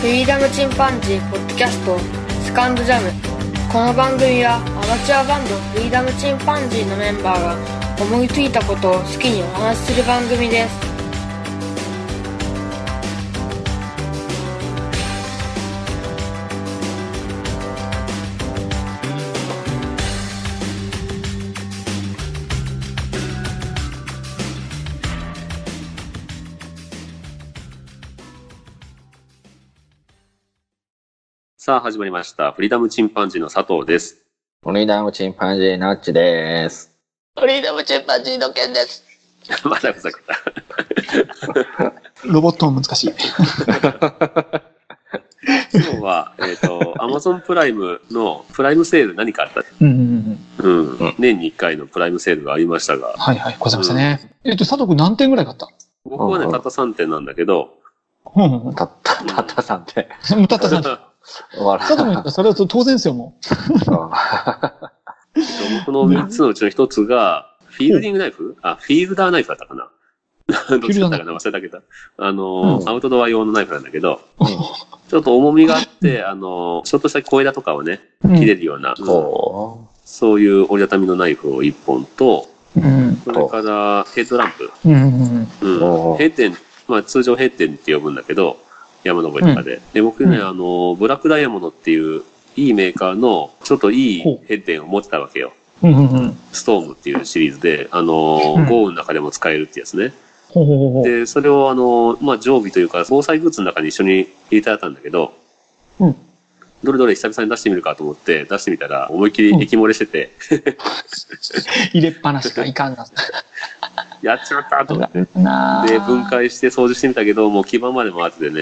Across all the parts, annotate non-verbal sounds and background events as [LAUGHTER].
フリーダムチンパンジーポッドキャストセカンドジャムこの番組はアマチュアバンドフリーダムチンパンジーのメンバーが思いついたことを好きにお話しする番組ですさあ、始まりました。フリーダムチンパンジーの佐藤です。 [LAUGHS] フリーダムチンパンジーナッチです。フリーダムチンパンジーの件です。まだふざけた。ロボットも難しい。今日は、えっ、と、アマゾンプライムのプライムセール何かあったうんうんうん。うん。ん年に1回のプライムセールがありましたが、はいはい、ございましたね。えっと、佐藤君何点ぐらい買った僕はね、うんたった3点なんだけど、 [LAUGHS] うんうんうん。たった、たったさんって、もうたったさん。佐笑藤君、それは当然ですよ、も僕の3つのうちの1つが、フィールディングナイフあ、フィールダーナイフだったかな [LAUGHS] どっちだったかな忘れたけど。あのー、うんアウトドア用のナイフなんだけど、う。ちょっと重みがあって、あのー、ちょっとした小枝とかをね、うん切れるような、う。うんこそういう折りたたみのナイフを1本と、うんそれからヘッドランプ。うんうんうんおー閉店、まあ通常閉店って呼ぶんだけど、山登りとかで。で、僕ね、うんあの、ブラックダイヤモンドっていう、いいメーカーの、ちょっといいほ閉店を持ってたわけよ。うん。うんうんうん。ストームっていうシリーズで、あの、うん豪雨の中でも使えるってやつね。ほうほうほうほう。で、それをあの、まあ常備というか、防災グッズの中に一緒に入れてあったんだけど、うんどれどれ久々に出してみるかと思って、出してみたら、思いっきり液漏れしてて、入れっぱなしかいかんな。やっちまったと思って。なあで、分。解して掃除してみたけど、もう基盤まで回っててね、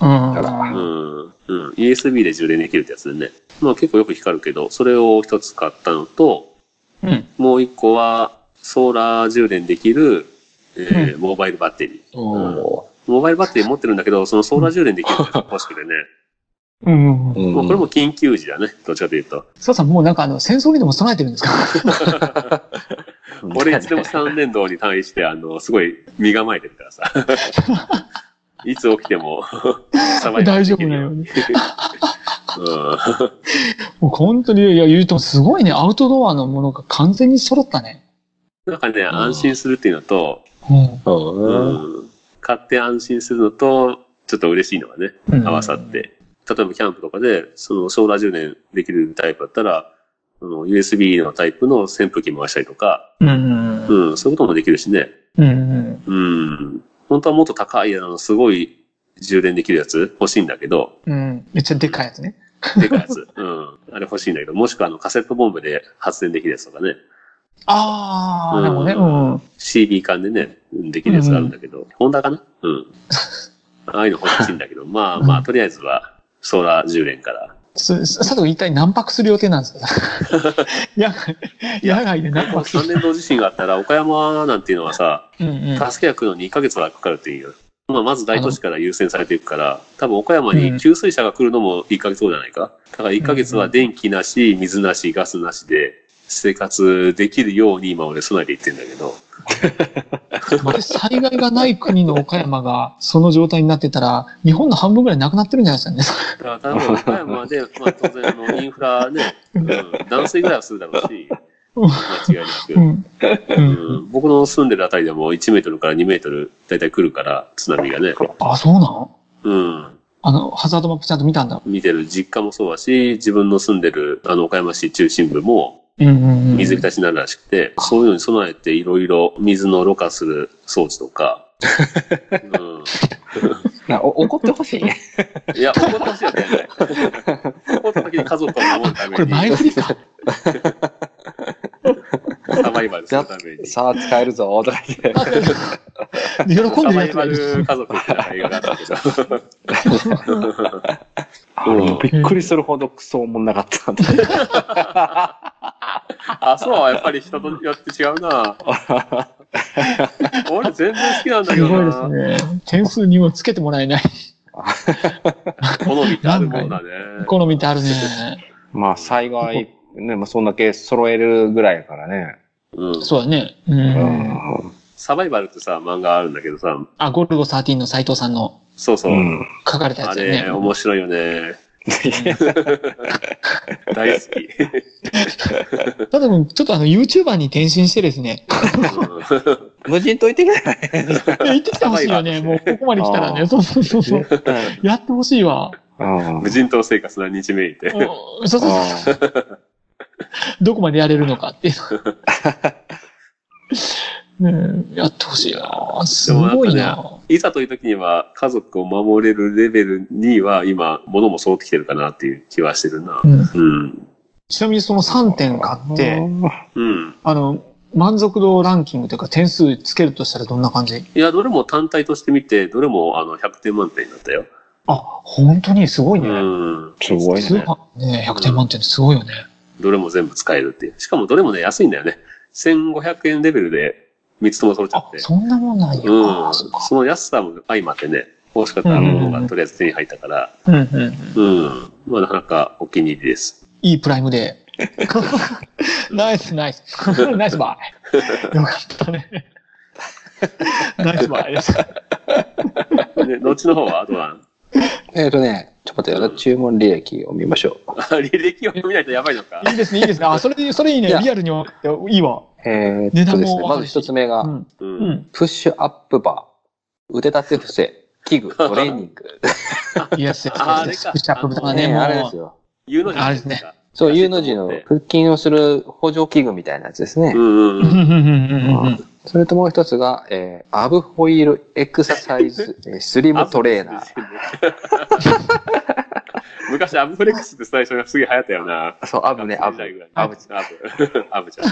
うん。う。ん。うん。USB で充電できるってやつでね。まあ結構よく光るけど、それを一つ買ったのと、うん。もう一個は、ソーラー充電できる、えーモバイルバッテリー。おモバイルバッテリー持ってるんだけど、そのソーラー充電できる [LAUGHS] のが欲しくてね。うんうん。ー。もうこれも緊急時だね。どっちかというと。佐藤さん、もうなんかあの、戦争にでも備えてるんですかうん、俺いつでも三連動に対して、あの、すごい身構えてるから [LAUGHS] さ。いつ起きても、サバイバル大丈でき夫るなよように。 [LAUGHS] うん。もう本当に、いや、言うとすごいね、アウトドアのものが完全に揃ったね。なんかね、安心するっていうのと、うん。うん。うん買って安心するのと、ちょっと嬉しいのがね、うん合わさって。例えばキャンプとかで、そのソーラー充電できるタイプだったら、あの USB のタイプの扇風機回したりとか、うんうんうん。うん、そういうこともできるしね。うんうん。うん。本当はもっと高い、あの、すごい充電できるやつ欲しいんだけど、うん。めっちゃでかいやつね。でかいやつ。うん。あれ欲しいんだけど、もしくはあのカセットボンベで発電できるやつとかね。あうあ、んなるほどね。うん。 CD 缶でね、できるやつがあるんだけど、ホンダかなうん。ああいうの欲しいんだ [LAUGHS] けど、まあまあ、とりあえずは、ソーラー充電から。すす佐藤君一体何泊する予定なん [LAUGHS] ですか野外、野外で何泊す三る年同地震があったら、岡山なんていうのはさ、うんうん。助けが来るのに1ヶ月はかかるっていう。まあ、まず大都市から優先されていくから、多分岡山に給水車が来るのも1ヶ月後じゃないか。だから1ヶ月は電気なし、水なし、ガスなしで、生活できるように今俺備えていってんだけど。まるで災害がない国の岡山がその状態になってたら、日本の半分ぐらいなくなってるんじゃないですかね。だから多分岡山で、まあ当然あのインフラね、うん、断水ぐらいはするだろうし、うん間違いなく。うん。う。うんん僕の住んでるあたりでも1メートルから2メートルだいたい来るから、津波がね。あ、そうなんうん。あの、ハザードマップちゃんと見たんだ。見てる実家もそうだし、自分の住んでるあの岡山市中心部もうんうんうん。水浸しになるらしくて、そういうのに備えていろいろ水のろ過する装置と [LAUGHS] か、うんなお怒ってほしい [LAUGHS] ね。いや、怒ってほしいわけじゃ [LAUGHS] ない。怒った時に家族を守るたこれめ前に、振り [LAUGHS] か。サバイバルするために。さあ、使えるぞ、とか言って。喜んサでバやイつバがいルる。家族みたいな映画だったけど。あのびっくりするほどクソおもんなかったんだ。あ、そう、やっぱり人とよって違うな。俺全然好きなんだけすどごいな。ですね。点数にもつけてもらえない。好みってあるもんだね。好みってあるね。まあ、災害、ね、まあ、そんだけ揃えるぐらいやからね。うん。そうだね。う。うんん。サバイバルってさ、漫画あるんだけどさ、あ、ゴルゴ13の斎藤さんの。そうそうう。ん。書かれたやあつだよね。れ、面白いよね。 [LAUGHS] 大好き。ただ、ちょっとあの、YouTuber に転身してです [LAUGHS] ね、無人島行ってくれない行ってきてほしいよね。もう、ここまで来たらね。そうそうそうそう。 [LAUGHS] やってほしいわ。うん無人島生活何日目いて。うんそうそうそう。あーどこまでやれるのかっていう [LAUGHS] の。ねえやってほしいなすごでもいな。いざという時には家族を守れるレベルには今、物も揃ってきてるかなっていう気はしてるなう。ん、うん。ちなみにその3点買って、うん。あの、満足度ランキングというか点数つけるとしたらどんな感じいや、どれも単体として見て、どれもあの100点満点になったよ。あ、本当にすごいうね。ん。すごいスねー。パーね、100点満点ってすごいよね。どれも全部使えるっていう。しかもどれもね、安いんだよね。1500円レベルで3つとも揃っちゃあっ、て。そんなもんなんや。うあん。そっかその安さも相まってね、欲しかったものがとりあえず手に入ったから、うんうんうん。うん。まあ、なかなかお気に入りです。いいプライムデー。 [LAUGHS] ナイス、ナイス。 [LAUGHS] ナイスバ [LAUGHS] イ。よかったね。ナイスバイです。で、どっちの方はあとは、 [LAUGHS] えっとね、ちょっと待ってよ、注文履歴を見ましょあ履歴を見ないとやばいのか。いいですね、いいですね。あ、それで、それいいね。いやリアルに分かっていいう。わ。えー値っと段ですもね、わかまるずし一つ目うが、ん。う。うんん。プッシュアップバー、腕立て伏せ、器具、トレーニング。イエス、イエス、あイエれス。かプッシュアップとまかあね、ね、もうあれですよ。 U の字あれですねかそう、U の字の腹筋をする補助器具みたいなやつですね。うんううん。んうんうんうんうん。それともう一つが、えーアブホイールエクササイ [LAUGHS] ズえースリムトレーナー。昔アブフレックスって最初がすげえ流行ったよな。そう、アブね、アブ。アアブブ。アブ。アブちゃ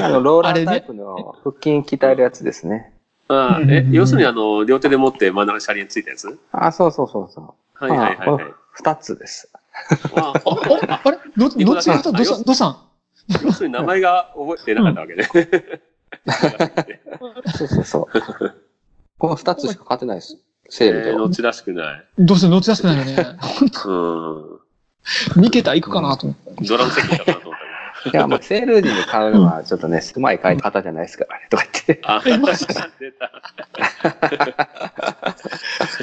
ん。あの、ローあラれーねタイプの腹筋鍛えるやつですね。ああ、うんうんえう、ん要するにあの、両手で持って真ん中に車輪ついたやつあ、そうそうそうそう。はいはいはいはい。二つです。ああああれど、どっちがどうしたどうしたん要するに名前が覚えてなかったわけね。そうそうそう。 [LAUGHS] この二つしか買ってないです。セールでえー、どはっ。ちらしくない。どうしたどっち出してないよね。うん。 2桁いくかなと思 [LAUGHS] って。ドラム席だかなと思った [LAUGHS] いや、まあ、セール時に買うのはちょっとね、うまい買い方じゃないですからね、とか言って。あ、えマジ出た。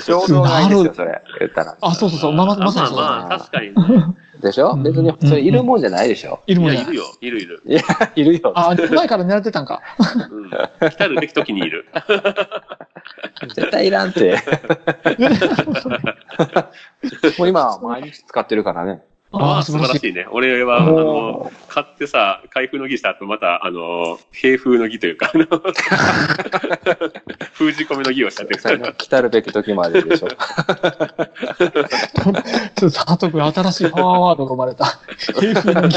衝動買いですよ、それ。言ったら。あ、そうそうそう。ま、ままさにそうまだあね。まあ、確かにね。でしょうん別に、それいるもんじゃないでしょいるいもんや、いねる。よ。いるいる。いるよ。あ、前から狙ってたんか。うん。来たるべき時にいる。絶対いらんって。 [LAUGHS] もう今、毎日使ってるからね。まあ、素晴らしいね。俺は、あの、も買ってさ、開封の儀した後、また、あの、閉封の儀というか、あ [LAUGHS] の封じ込めの儀をしたってう、それね来たるべき時まででしょ。ちょっと佐藤君、新しいパワーワードが生まれた。平風に。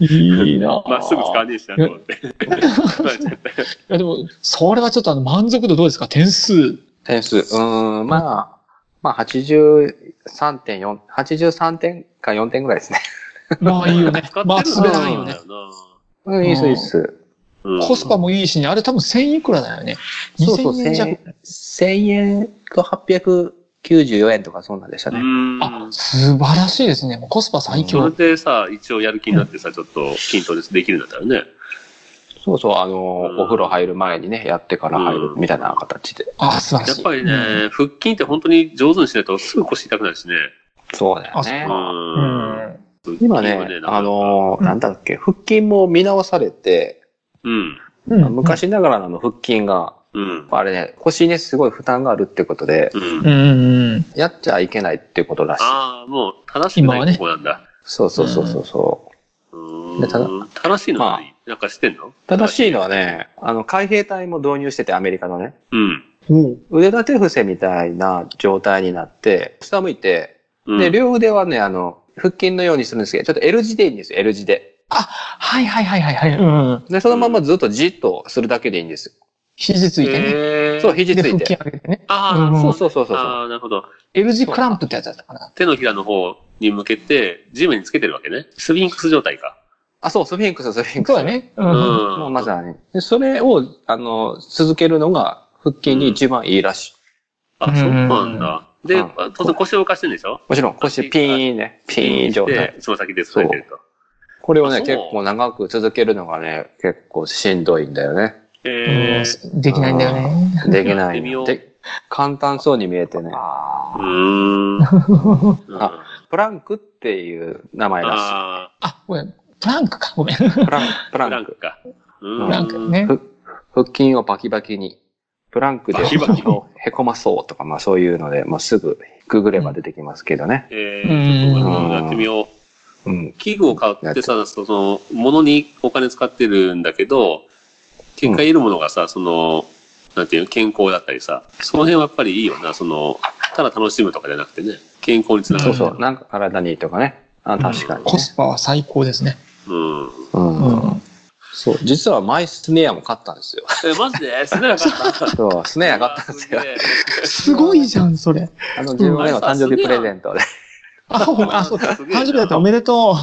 いいなぁまあ、すぐ使わねえしなと思って。いや、でも、それはちょっとあの、満足度どうですか点数。点数。うーん、まあ、まあ、83.4、83点か4点ぐらいですね。ま [LAUGHS] あいいよね使っ。てまあ、る滑らないんよだね。よな。うん、いいっす、いいっす。うんコスパもいいしね、あれ多分1000いくらだよね。そうそう、 2000円1000弱円。、1000円と894円とかそんなんでしたうね。ん。あ、素晴らしいですね。もうコスパ最それ強。でさ、一応やる気になってさ、ちょっと筋トレできるんだったらね。そうそう、あのーうんお風呂入る前にね、やってから入るみたいな形で。あ、素晴らしい。やっぱりね、腹筋って本当に上手にしないとすぐ腰痛くなるしね。そうだよあそうねう。。うんん。今腹筋はね、なんかあのーうんなんだっけ、腹筋も見直されて、うん。うん。昔ながらのあの腹筋が、うん。あれね、腰にすごい負担があるってことで、うんう。んうんうん。やっちゃいけないってことらしい。ああ、もう正しくないとこなんだ。そうそうそうそうそう。うでただーん正しいのは何なんかしてんの正い。しいのはね、あの、海兵隊も導入してて、アメリカのね、うん。おう腕立て伏せみたいな状態になって、下向いて、うんで、両腕はね、あの、腹筋のようにするんですけど、ちょっと L 字でいいんですよ、L 字で。はいはいはいはいはい。うんうん。で、そのままずっとじっとするだけでいいんですよ。肘ついてね。へーそう、肘で、つい腹筋て。上げてね。ああ、そんそううそうそうそうそう。ああ、なるほど。 L 字クランプってやつだったかな。手のひらの方に向けて、地面につけてるわけね。スフィンクス状態か。あ、そう、スフィンクス、スフィンクそス。うだ。ね。う。うんん。もうまさに。でそれを、あの、続けるのが腹筋に一番いいらしい。あ、そうなんだ。で、うんあ当然腰を浮かしてるんでしょもちろん腰ピーンね、ピーン状態。で、つま先で添えてると。これをあね、そう [LAUGHS] 結構長く続けるのがね、結構しんどいんだよね。えー、うんできないんだよね。できやっなていみよの。うで、簡単そうに見えてね。あうーん。ああプランクっていう名前らあーあ、ごめん。プランクか。ごめん。しい。プランク、プー、ラフランンクク。か。プフランク。ね。ふ腹筋をバキバキに。プランクでバキバキのへこまそうとか、まあそういうので、もうすぐググれば出てきますけどね。えー、ちょっと俺もやってみよう。うん。器具を買ってさ、その、物にお金使ってるんだけど、結果得るものがさ、その、なんていうの、健康だったりさ、その辺はやっぱりいいよな、その、ただ楽しむとかじゃなくてね、健康につながそる。うそう。なんか体にいいとかね。あ確かにねコ。スパは最高ですね。うん。ううん。ん。そう。実はマイスネアも買ったんですよ。え、マジ [LAUGHS] でそれなかった。そう、スネア買ったんですよ。すごいじゃん、それ。あの、自分への誕生日プレゼントで。あ、ほんあ、そうだ。すげえな誕生日だったおめでと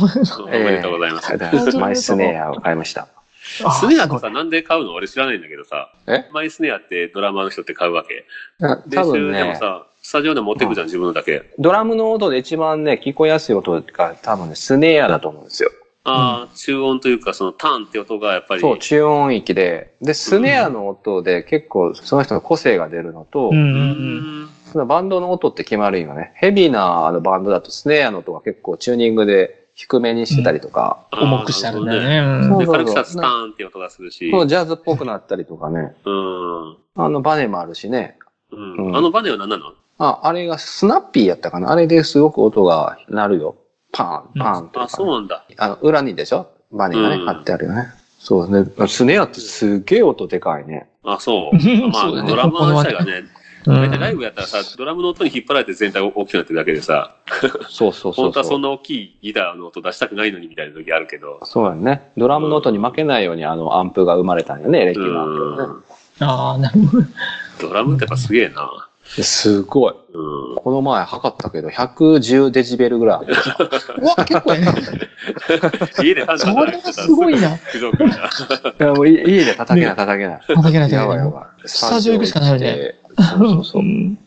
うう。んおめでとうございます。すマイスネアを買いました。スネアってあさ、なんで買うの俺知らないんだけどさ。えマイスネアってドラマーの人って買うわけ。あ練多習分でもね、さ、スタジオで持ってくじゃん、自分のだけ。ドラムの音で一番ね、聞こえやすい音が多分ね、スネアだと思うんですよ。ああ、中音というか、そのターンって音がやっぱり。そう、中音域で。で、スネアの音で結構その人の個性が出るのと、ううんうんん。そのバンドの音って決まるんよね。ヘビーなあのバンドだとスネアの音が結構チューニングで低めにしてたりとか、うん。重くしてあるんだよね。うんで、そうそう軽くしたらスターンって音がするし。そうのジャズっぽくなったりとかね。ん。あの、バネもあるしね。う。うんんあのバネは何なのあ、あれがスナッピーやったかなあれですごく音が鳴るよ。パン、パンとかね、あ、そうなんだ。あの、裏にでしょバネがう、ねん貼ってあるよね。そうですね。スネアってすげえ音でかいね。あ、そう [LAUGHS] う。んまそうだあ、ねドラマー自体がね、うん大体ライブやったらさ、ドラムの音に引っ張られて全体大きくなってるだけでさ、そうそうそ本う当そはう。そんな大きいギターの音出したくないのにみたいな時あるけど。そうやね。ドラムの音に負けないようにあのアンプが生まれたんよね、エレキうのアンプがねん。ああ、なるほど。ドラムってやっぱすげえな。ですごい。うん。この前測ったけど、110デジベルぐらいある。うわ、結構やね。家 [LAUGHS] で単そ純にれはすご [LAUGHS] いな。貴族みたいな。 [LAUGHS] いやもうい家で叩けない、叩けない。叩けないやばいやい。ばい。スタジオ行くしかないよねスタジオ行って。そうそうそう [LAUGHS] う。ん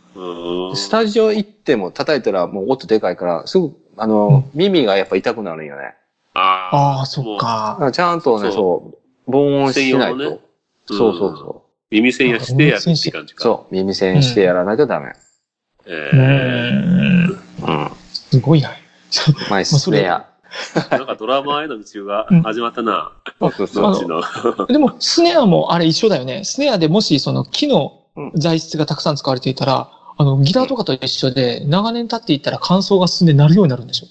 うん。スタジオ行っても叩いたらもう音でかいから、すぐ、あの、耳がやっぱ痛くなるんよね。あああ、そっだかか。らちゃんとね、そう、防音しない専用のねと。そうそううんそー。耳栓やしてやるって感じう。か。そう、耳栓してやらないとダメ。う。うえん。うん。すごいな。マイスネア。ー、なんかドラマーへの道が始まったな。そうそうあどそのっう。ちの。でも、スネアもあれ一緒だよね。スネアでもし、その木のうん材質がたくさん使われていたら、あの、ギターとかと一緒で、長年経っていったら乾燥が進んで鳴るようになるんでしょ。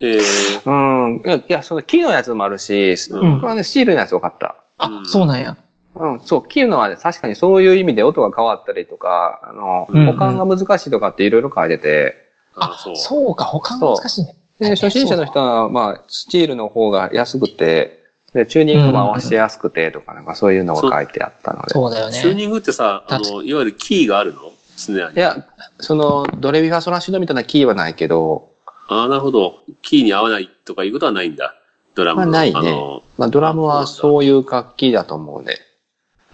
えーうん。いやいや、その木のやつもあるし、ううんん僕はね、シールのやつ多かった。あ、うんそうなんや。うん、そう、切るのはね、確かにそういう意味で音が変わったりとか、あの、うん保管が難しいとかっていろいろ書いてて、あ、そう。そうか、保管が難しいね。で、初心者の人は、まあ、スチールの方が安くて、で、チューニングも合わせやすくてとか、なんかそういうのが書いてあったので。そうだよチューね。ニングってさ、あの、いわゆるキーがあるのスネアいに。や、その、ドレミファソラシドみたいなキーはないけど、ああ、なるほど。キーに合わないとかいうことはないんだ。ドラムの。まあないねあの、まあ、ドラムはそういう楽器だと思うね。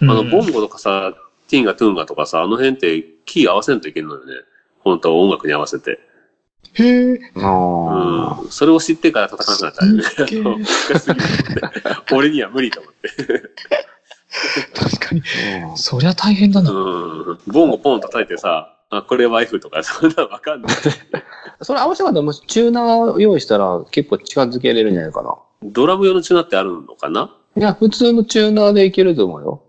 ああのボンゴとかさ、ティンガトゥンガとかさ、あの辺ってキー合わせんといけんのよね。本当は音楽に合わせて。へえ。あうん。それを知ってから叩かなくなったよね。すっげえ深すぎると思って [LAUGHS] 俺には無理と思って。確かに。ーうんそりゃ大変だな。うん。ボンゴポン叩いてさ、あ、これは F とか、そんなのわかんない。それ合わせ方もチューナーを用意したら結構近づけれるんじゃないかな。ドラム用のチューナーってあるのかないや、普通のチューナーでいけると思うよ。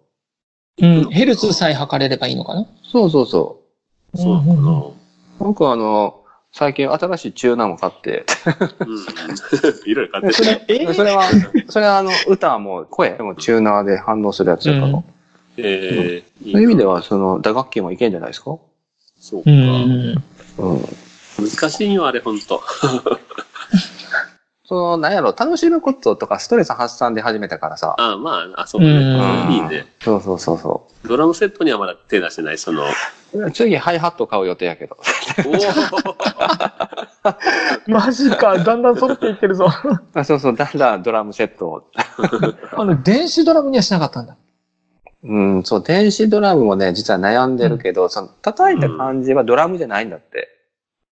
うん。ヘルツさえ測れればいいのかな。そうそうそう。そうなの僕はあの、最近新しいチューナーも買って、かな。うん。 [LAUGHS] いろいろ買ってそる。れ、えーそれは、それはあの、歌はもう声もチューナーで反応するやつだから、うんえー、そういう意味では。はその、打楽器もいけんじゃないですかそううか。ん。うん。難しいよ、あれ、ほんと。その、なんやろ、楽しむこととかストレス発散で始めたからさ。あまあ、あ、そうね。うんいいね。そうそうそうそドラムセットにはまだ手出してない、そ [LAUGHS] の。う。次、ハイハット買う予定やけど。 [LAUGHS] おーマジか、だんだん揃っていってるぞ。あそうそう、だんだんドラムセットを。 [LAUGHS] あの、電子ドラムにはしなかったんだ。うん、そう、電子ドラムもね、実は悩んでるけど、その、叩いた感じはドラムじゃないんだって。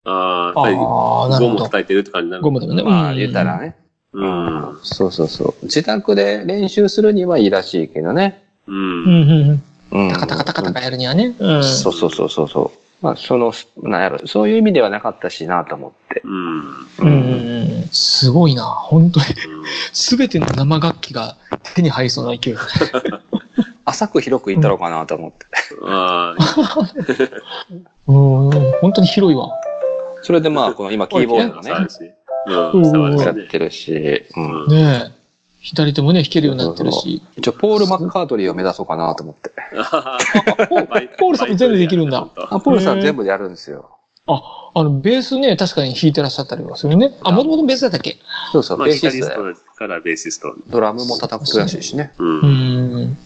ああ、やっあぱあ、なりるゴムほど。叩いてるって感じなのゴムでもね。まあ、うん言ったらね。うん。そうそうそう。自宅で練習するにはいいらしいけどね。うう。うんんうんうん。うん。タカタカタカタカやるにはね。うん。そうそうそうそうそう。まあ、その、なんやろ、そういう意味ではなかったしなと思って。うん。うんうんうん。すごいな。本当に。すべての生楽器が手に入りそうな勢い。浅く広くいったろうかなと思って。ああ、うん。本当に広いわ。それでまあ、この今、キーボードが触るね、し。うん、触るしやっね。てるし、うん。ねえ。左手もね、弾けるようになってるし。一応、ポール・マッカートリーを目指そうかなと思って。あポールさんも全部できるんだ。あ、ポールさへんー全部でやるんですよ。あ、あの、ベースね、確かに弾いてらっしゃったりはするね。あ、もともとベースだったっけそうそう、まあ、ベーギタシリストスだよトからベーシスト。ドラムも叩くらしいしね。う。うん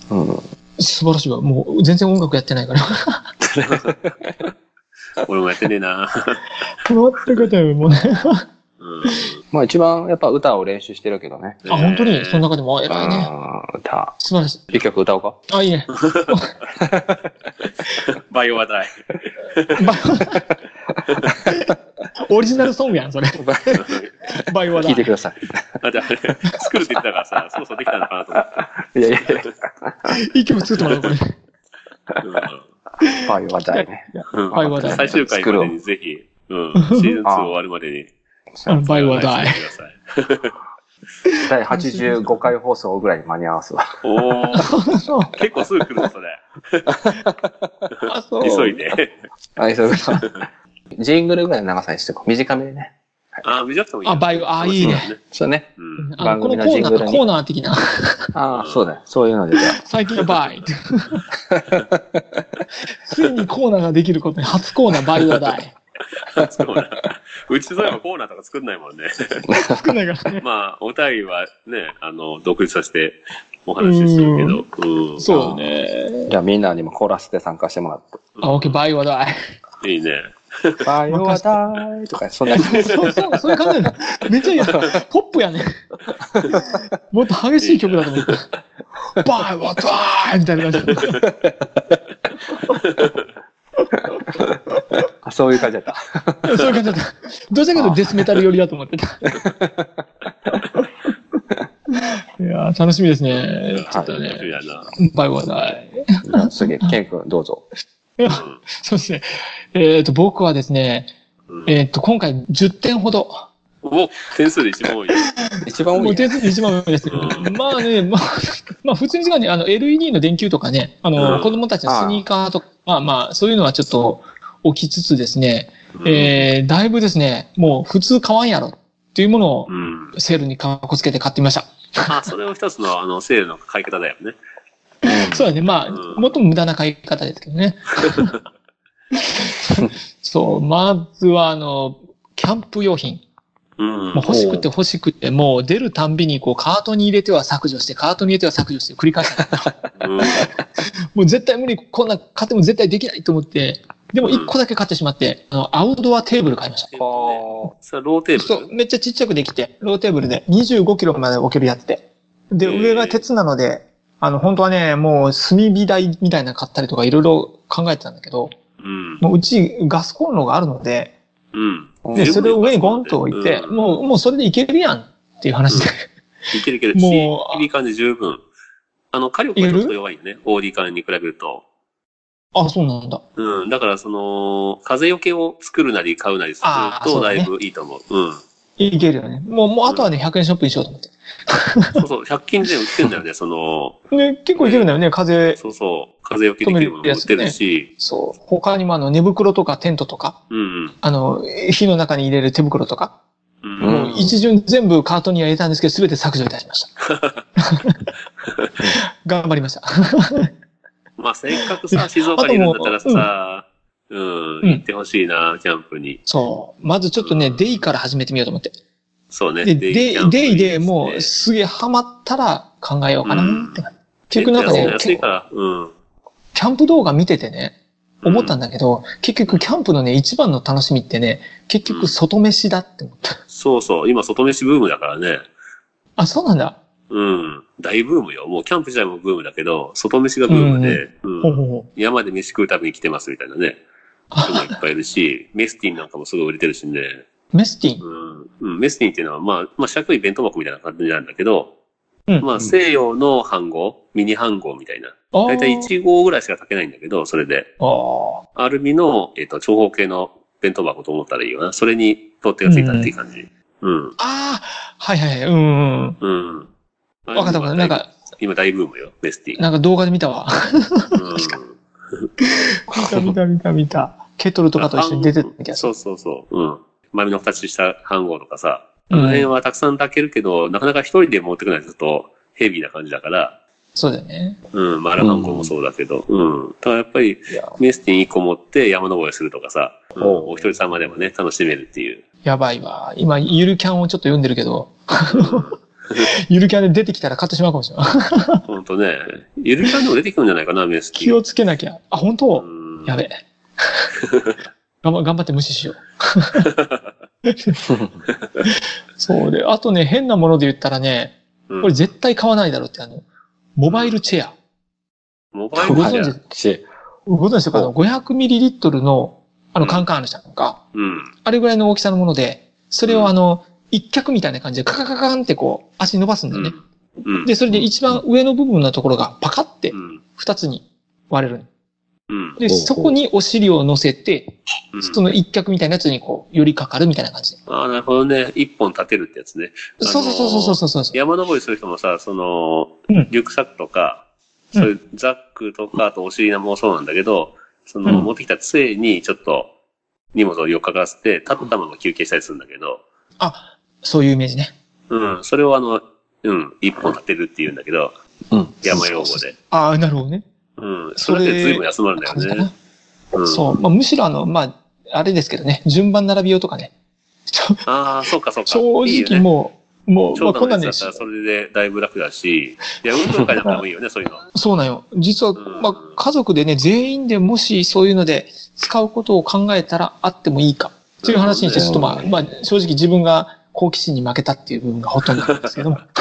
ーん。うん。素晴らしいわ。もう、全然音楽やってないから。俺もやってねえな。全くだよ、もうね。うん。まあ一番やっぱ歌を練習してるけどね。あ、本当に、そな。の中でも、あ偉いね。うん歌。素晴らしい。一曲歌おうか。あ、いいね。バイオ話題。オリジナルソングやん、それ。バイオ聞だい。てくださあ、じゃあ、作るって言ってたからさ、そろそろできたのかなと思ってい。いやいやい [LAUGHS] 一曲作ってもらおう、これ。や、バイオ話題ね。うん。バイオ話題最終回までにぜひ、うん、シーズン2終わるまでに。あのバイオだ。第85回放送ぐらいに間に合わすわ。おお、結構すぐ来るぞ、それ。あ、そ急いで。あ、そういうこと。 [LAUGHS] ジングルぐらいの長さにしてこう。短めでね。あ、無くてもいい。あバイオあいいね。そうね。うん。あの、こ番組ののジコーンナグールか、にコーナー的な。ああ、そうだよ。そういうのでじゃあ。 [LAUGHS] 最近の [LAUGHS] バイ。ついにコーナーができることに、初コーナーバイオだい。そうな。うちそういえばコーナーとか作んないもんね。少ないからね。まあ、お便りはね、あの、独立させてお話しするけど。うん。そうね。じゃあみんなにもコーラスで参加してもらって。あ、オッケー、バイオだい。いいね。バイオ話題とか、そんな。そうそう、そういう感じだね。めっちゃいいやつ。ポップやね。もっと激しい曲だと思った。バイバイみたいな感じ。あそういう感じだった。そういう感じだった。どちらかというとデスメタル寄りだと思ってた。 [LAUGHS] いやー楽しみですね。ちょっと楽しみね。やな。バイバイバイ。じゃあ次、ケン君どうぞ。 [LAUGHS] そうですね。えっ、と、僕はですね、うんえっ、と、今回10点ほど。お、点数で一番多い。一番も多ういね。点数で一番上ですけど。まあね、まあ、まあ普通に時にあの LED の電球とかね、あの、うん子供たちのスニーカーとか、まあまあ、そういうのはちょっと起きつつですね、えー、だいぶですね、もう普通買わんやろっていうものをうん。セールにかっこつけて買ってみました。あ、それも一つの、あの、セールの買い方だよね。そうだね。まあ、うんもっと無駄な買い方ですけどね。そう、まずは、あの、キャンプ用品。うん。もう欲しくて欲しくて、もう出るたんびに、こう、カートに入れては削除して、カートに入れては削除して、繰り返 [LAUGHS] して、うん。もう絶対無理、こんな買っても絶対できないと思って、でも一個だけ買ってしまって、あの、アウドアテーブル買いました。えっとねそれはローテーブル。そう、めっちゃちっちゃくできて、ローテーブルで25キロまで置けるやつで。で、へー上が鉄なので、あの、本当はね、もう炭火台みたいなの買ったりとかいろいろ考えてたんだけど、うん。もううちガスコンロがあるので、うん。うんで、十そ分れを上にゴンと置いて、うんもう、もうそれでいけるやんっていう話で。いけるいける。ももうう。いい感じ十分。あの、火力がちょっと弱いよね。OD 感に比べると。 [LAUGHS] あ、そうなんだ。うん。だから、その、風よけを作るなり買うなりするあーそと、うだだねいぶいいと思う。うん。いけるよね。もう、もうあとはね、100円ショップにしようと思って。そうそう。100均で売ってんだよね。その、で、結構いけるんだよね、風。そうそう。風よけできるものも売ってるし。そう。他にもあの、寝袋とかテントとか、うんあの、火の中に入れる手袋とか、うん。ううんん。もう一巡全部カートには入れたんですけど、すべて削除いたしました。 [LAUGHS] 頑張りました。まあ、せっかくさ、静岡にいるんだったらさ、うん、うん行ってほしいな、キャンプに。そう。まずちょっとね、デイから始めてみようと思って。そうね。で、デイキデャンイ、プいデいイすねでもう、すげえハマったら考えようかなって感じ。結局なんか安いね、安いから。うん。キャンプ動画見ててね、思ったんだけど、結局キャンプのね、一番の楽しみってね、結局外飯だって思った。そうそう。今、外飯ブームだからね。あ、そうなんだ。うん。大ブームよ。もうキャンプ自体もブームだけど、外飯がブームで、うんほうほうほう。山で飯食うために来てますみたいなね。人もいっぱいいるし、メスティンなんかもすごい売れてるしね。メスティン。うん。うん、メスティンっていうのは、まあ、まあ、四角い弁当箱みたいな感じなんだけど、うんまあ、西洋の半号、ミニ半号みたいな。あーだいたい1号ぐらいしか炊けないんだけど、それで。ああ。アルミの、えっ、と、長方形の弁当箱と思ったらいいよな。それに取っ手がついたっていう感じ。うん。ああ、はいはいはい。うんうん。うん。わかったわかった。なんか、今大ブームよ、ベスティ。なんか動画で見たわ。うん見た見た見た見た。 [LAUGHS] ケトルとかと一緒に出てた気がすそうそうそう。うん。豆の形した飯盒とかさ。ある。の辺うんはたくさん炊けるけど、なかなか一人で持ってくないとちょっとヘビーな感じだから。そうだよね。うん。丸飯盒もそうだけど。うん。ただやっぱり、いや、メスティン1個持って山登りするとかさ。うんおうお一人様でもね、楽しめるっていう。やばいわ。今、ゆるキャンをちょっと読んでるけ [LAUGHS] ど、ゆるキャンで出てきたら買ってしまうかもしれない。ほんとね。ゆるキャンでも出てくるんじゃないかな、メスティン。気をつけなきゃ。あ、本当、うんやべえ。頑張頑張って無視しよう。そうで。あとね、変なもので言ったらね、うんこれ絶対買わないだろうって、あの、モバイルチェア。モバイごルじゃ存ん。知、し、ご存知ですかあの、500ml の、あの、カンカンあるじゃんか。うん。あれぐらいの大きさのもので、それうんをあの、一脚みたいな感じでカカカカンってこう、足伸ばすんだうよね。ん。うん。で、それで一番上の部分のところがパカってうん。二つに割れる。うん。で、ほうほうそこにお尻を乗せて、うんその一脚みたいなやつにこう、寄りかかるみたいな感じで。ああ、なるほどね。一本立てるってやつね。あのーそうそうそうそうそうそうそう。山登りする人もさ、その、うんリュックサックとか、うんそういうザックとか、あとお尻のもそうなんだけど、その、うん持ってきた杖にちょっと荷物をよっかからせて、立ったまま休憩したりするんだけど、あ、そういうイメージね。うん、それをあの、うん、一本立てるって言うんだけど、うん。山用語で。ああ、なるほどね。うん、それで随分休まるんだよ感じかなね。。うん、そう。まあ、むしろあの、まあ、あれですけどね、順番並びようとかね。ちょああ、そうかそうか。いい正よ直ね、もう、もう、ま長あ、こ短んのなんやね、つだったらそれでだいぶ楽だし、いや、運動会なんかでもいいよね、そういうの。そうなんよ。実は、うんまあ、家族でね、全員でもしそういうので使うことを考えたらあってもいいか。という話にして、ちょっとまあ、うんまあ、正直自分が好奇心に負けたっていう部分がほとんどなんですけども。 [LAUGHS]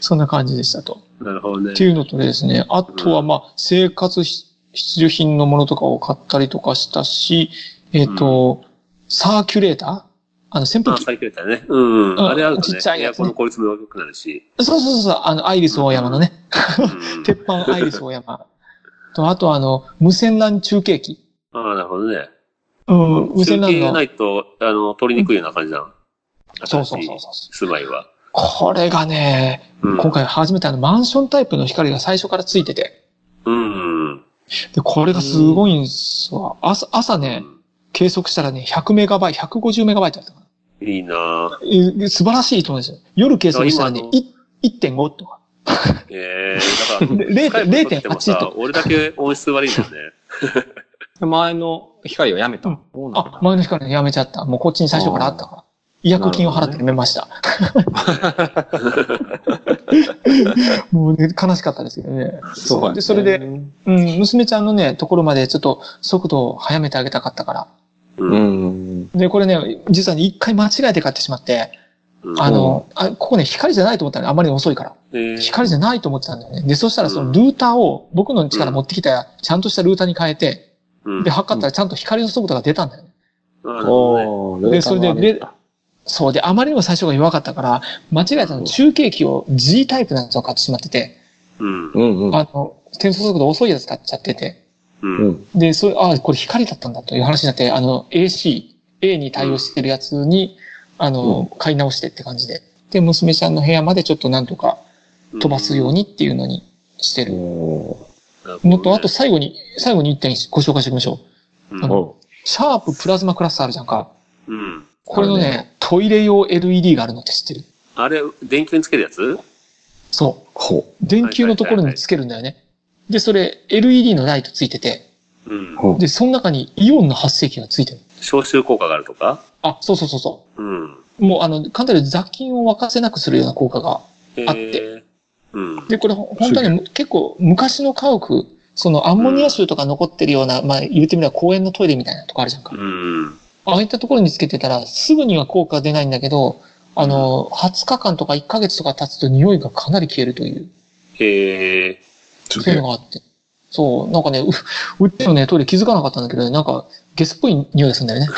そんな感じでしたと。なるほどねって。いうのとですね、あとはまあ、生活必必需品のものとかを買ったりとかしたし、えっ、と、サーキュレーターあの、扇あ風あ、機。最強だね。うん、うん。うんあれあるとちねっちゃ、いエやアつコねンの効率も良くなるし。そうそうそう、あの、アイリス大山のね、うん鉄板アイリス大山。と、あとはあの、無線 LAN 中継機。ああ、なるほどね。うん、無線中継 LAN がなの。いと、あの、取りにくいような感じなの。そうそうそうそう。う。住まいは。これがね、うん今。回初めてあの、マンションタイプの光が最初からついてて。うん。で、これがすごいんすわ。朝、朝ね、計測したらね、100メガバイト、150メガバイトだったかな。うん。いいなぁえ素晴らしいと思うんですよ。夜計測したらあね今、い1.5とか。ええだから、 0.8スカイプ撮ってもさと俺だけ音質悪いんだよね。前の光をやめた。うんどうなんだあ、前の日からねやめちゃった。もうこっちに最初からあったから。違約金を払ってやめました。もうね、悲しかったですけどね。そうやねで、それで、うん、娘ちゃんのね、ところまでちょっと速度を速めてあげたかったから。う。うんん。で、これね、実はね、一回間違えて買ってしまって、うんあの、あここね、光じゃないと思ったのあまりに遅いから。ええ光じゃないと思ってたんだよね。で、そしたらそうんのルーターを、僕の家から持ってきた、ちゃんとしたルーターに変えて、うんで、。測ったらちゃんと光の速度が出たんだよね。あなるほどねおーでそれでレーターそうで、あまりにも最初が弱かったから、間違えたの中継機を G タイプのやつを買ってしまってて、うんの。うんうん。あの、転送速度遅いやつ買っちゃってて、うん。うん。で、それ、ああ、これ光だったんだという話になって、あの、AC、A に対応してるやつに、あの、買い直してって感じで。で、娘ちゃんの部屋までちょっとなんとかうん飛ばすよう。にっていうのにしてる。おなるほどねのと、あと、最後に、最後に一点ご紹介しておきましょう。うんあのおシャーププラズマクラスターあるじゃんか。うん。これのあるね、トイレ用 LED があるのって知ってるあれ、電球につけるやつそほう。電球のところにつけるんだよね。で、それ LED のライトついてて、うんう。。ほう。で、その中にイオンの発生器がついてる。消臭効果があるとかあ、そうそうそうそうん。う。もうあの、簡単に雑菌を沸かせなくするような効果が。あって。うん。で、これほ本当に結構昔の家屋、そのアンモニア臭とか残ってるような、まあ言ってみれば公園のトイレみたいなとこあるじゃんか。うん。ああいったところにつけてたら、すぐには効果は出ないんだけど、あの、20日間とか1ヶ月とか経つと匂いがかなり消えるという、へえ。すそういうのがあって。そう、なんかね、う、うっちのね、トイレ気づかなかったんだけど、なんか、ゲスっぽい匂いがするんだよね。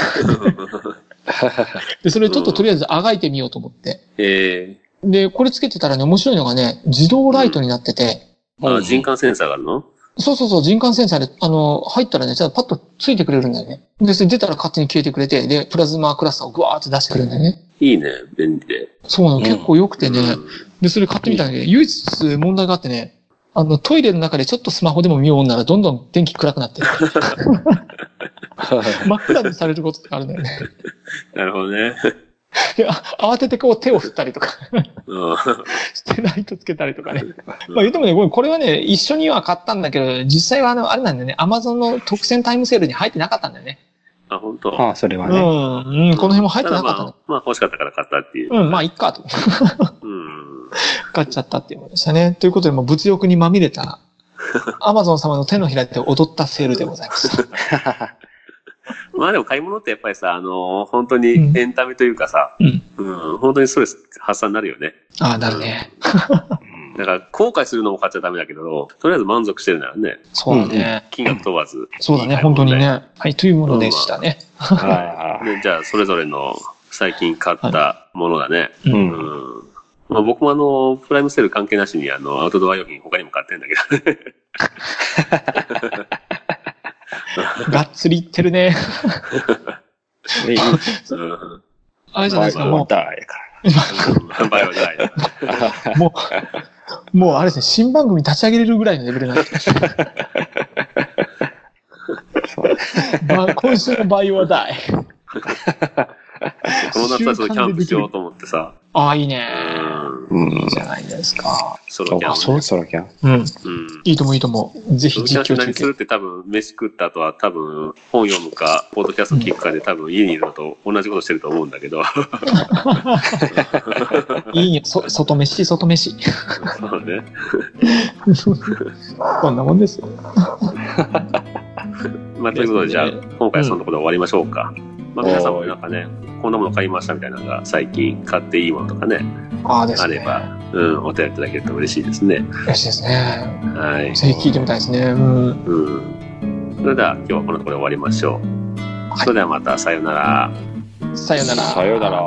で、それちょっととりあえずあがいてみようと思って。えで、これつけてたらね、面白いのがね、自動ライトになってて、ー、あ、人感センサーがあるのそうそうそう、人感センサーで、あの、入ったらね、ちゃんとパッとついてくれるんだよね。で、それ出たら勝手に消えてくれて、で、プラズマクラスターをグワーって出してくれるんだよね。いいね、便利で。そうなの、うん結構良くてね。うんで、それ買ってみたんだけど、唯一問題があってね、あの、トイレの中でちょっとスマホでも見ようもんなら、どんどん電気暗くなって、真っ暗にされることってあるんだよね。なるほどね。であ慌ててこう手を振ったりとか、 [LAUGHS] うん。してライトつけたりとかね。まあ言ってもね、これこれはね、一緒には買ったんだけど、実際はあの、あれなんだよね、アマゾンの特選タイムセールに入ってなかったんだよね。あ、本当。ああ、それはうね。ん、うん、この辺も入ってなかっただんまだ。あ、まあ欲しかったから買ったっていう。うん、まあ、いっかと。うん。買っちゃったっていうことでしたね。ということで、もう物欲にまみれた、アマゾン様の手のひらで踊ったセールでございました。まあでも買い物ってやっぱりさ、あのー本当うにんエンタメというかさ、うん。うん、本当にストレス発散になるよね。ああ、なるね。だから後悔するのも買っちゃダメだけど、とりあえず満足してるならね、そうだね。金額問わず。そうだね、いい買い本当物にだよね。はい、というものでしたね。あでじゃあ、それぞれの最近買ったものだね。ーう。うんん。まあ、僕もあの、プライムセール関係なしに、あの、アウトドア用品他にも買ってんだけど、がっつりいってるね。で、 [LAUGHS] うん。あれじゃなバイいですクか、持っもたらええか販売はじゃ [LAUGHS] ない。う、もう、もうあれですね、新番組立ち上げれるぐらいのレベルになってます。ら。そうまあ、今週のバイオは大。この夏はちょっとキャンプしようと思ってさ、ああ、いいうね。ん。うんいい。じゃないですか。ソロキャあ、ンそプ、ろね。そろキャン。うん。うん。いいともいいとも。ぜソひロキャンプ実況中何する継。って多分、飯食った後は多分、本読むか、ポッドキャスト聞くかで多分家にいるのと同じことしてると思うんだけど、いいよ。そ外飯、外飯。 [LAUGHS] そうね。こんなもんですよ。 [LAUGHS] まあ、ということで、じゃあ、今回はそんなことで終わりましょうか。まあ、皆さんもなんかね、こんなもの買いましたみたいなのが、最近買っていいものとかね、ああですあね。れば、うん、お便りいただけると嬉しいですね。よしですね。はい。ぜひ聞いてみたいですね。うん。うん。それでは、今日はこのところで終わりましょう。それではまた、さようなら。さよなら。さよなら。